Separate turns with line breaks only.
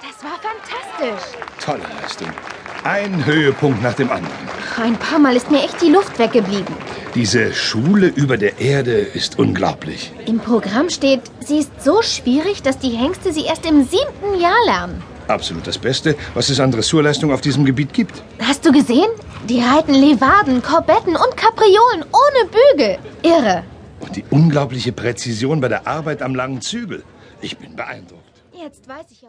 Das war fantastisch.
Tolle Leistung. Ein Höhepunkt nach dem anderen.
Ach, ein paar Mal ist mir echt die Luft weggeblieben.
Diese Schule über der Erde ist unglaublich.
Im Programm steht, sie ist so schwierig, dass die Hengste sie erst im siebten Jahr lernen.
Absolut das Beste, was es an Dressurleistung auf diesem Gebiet gibt.
Hast du gesehen? Die reiten Levaden, Korbetten und Kapriolen ohne Bügel. Irre.
Und die unglaubliche Präzision bei der Arbeit am langen Zügel. Ich bin beeindruckt.
Jetzt weiß ich ja.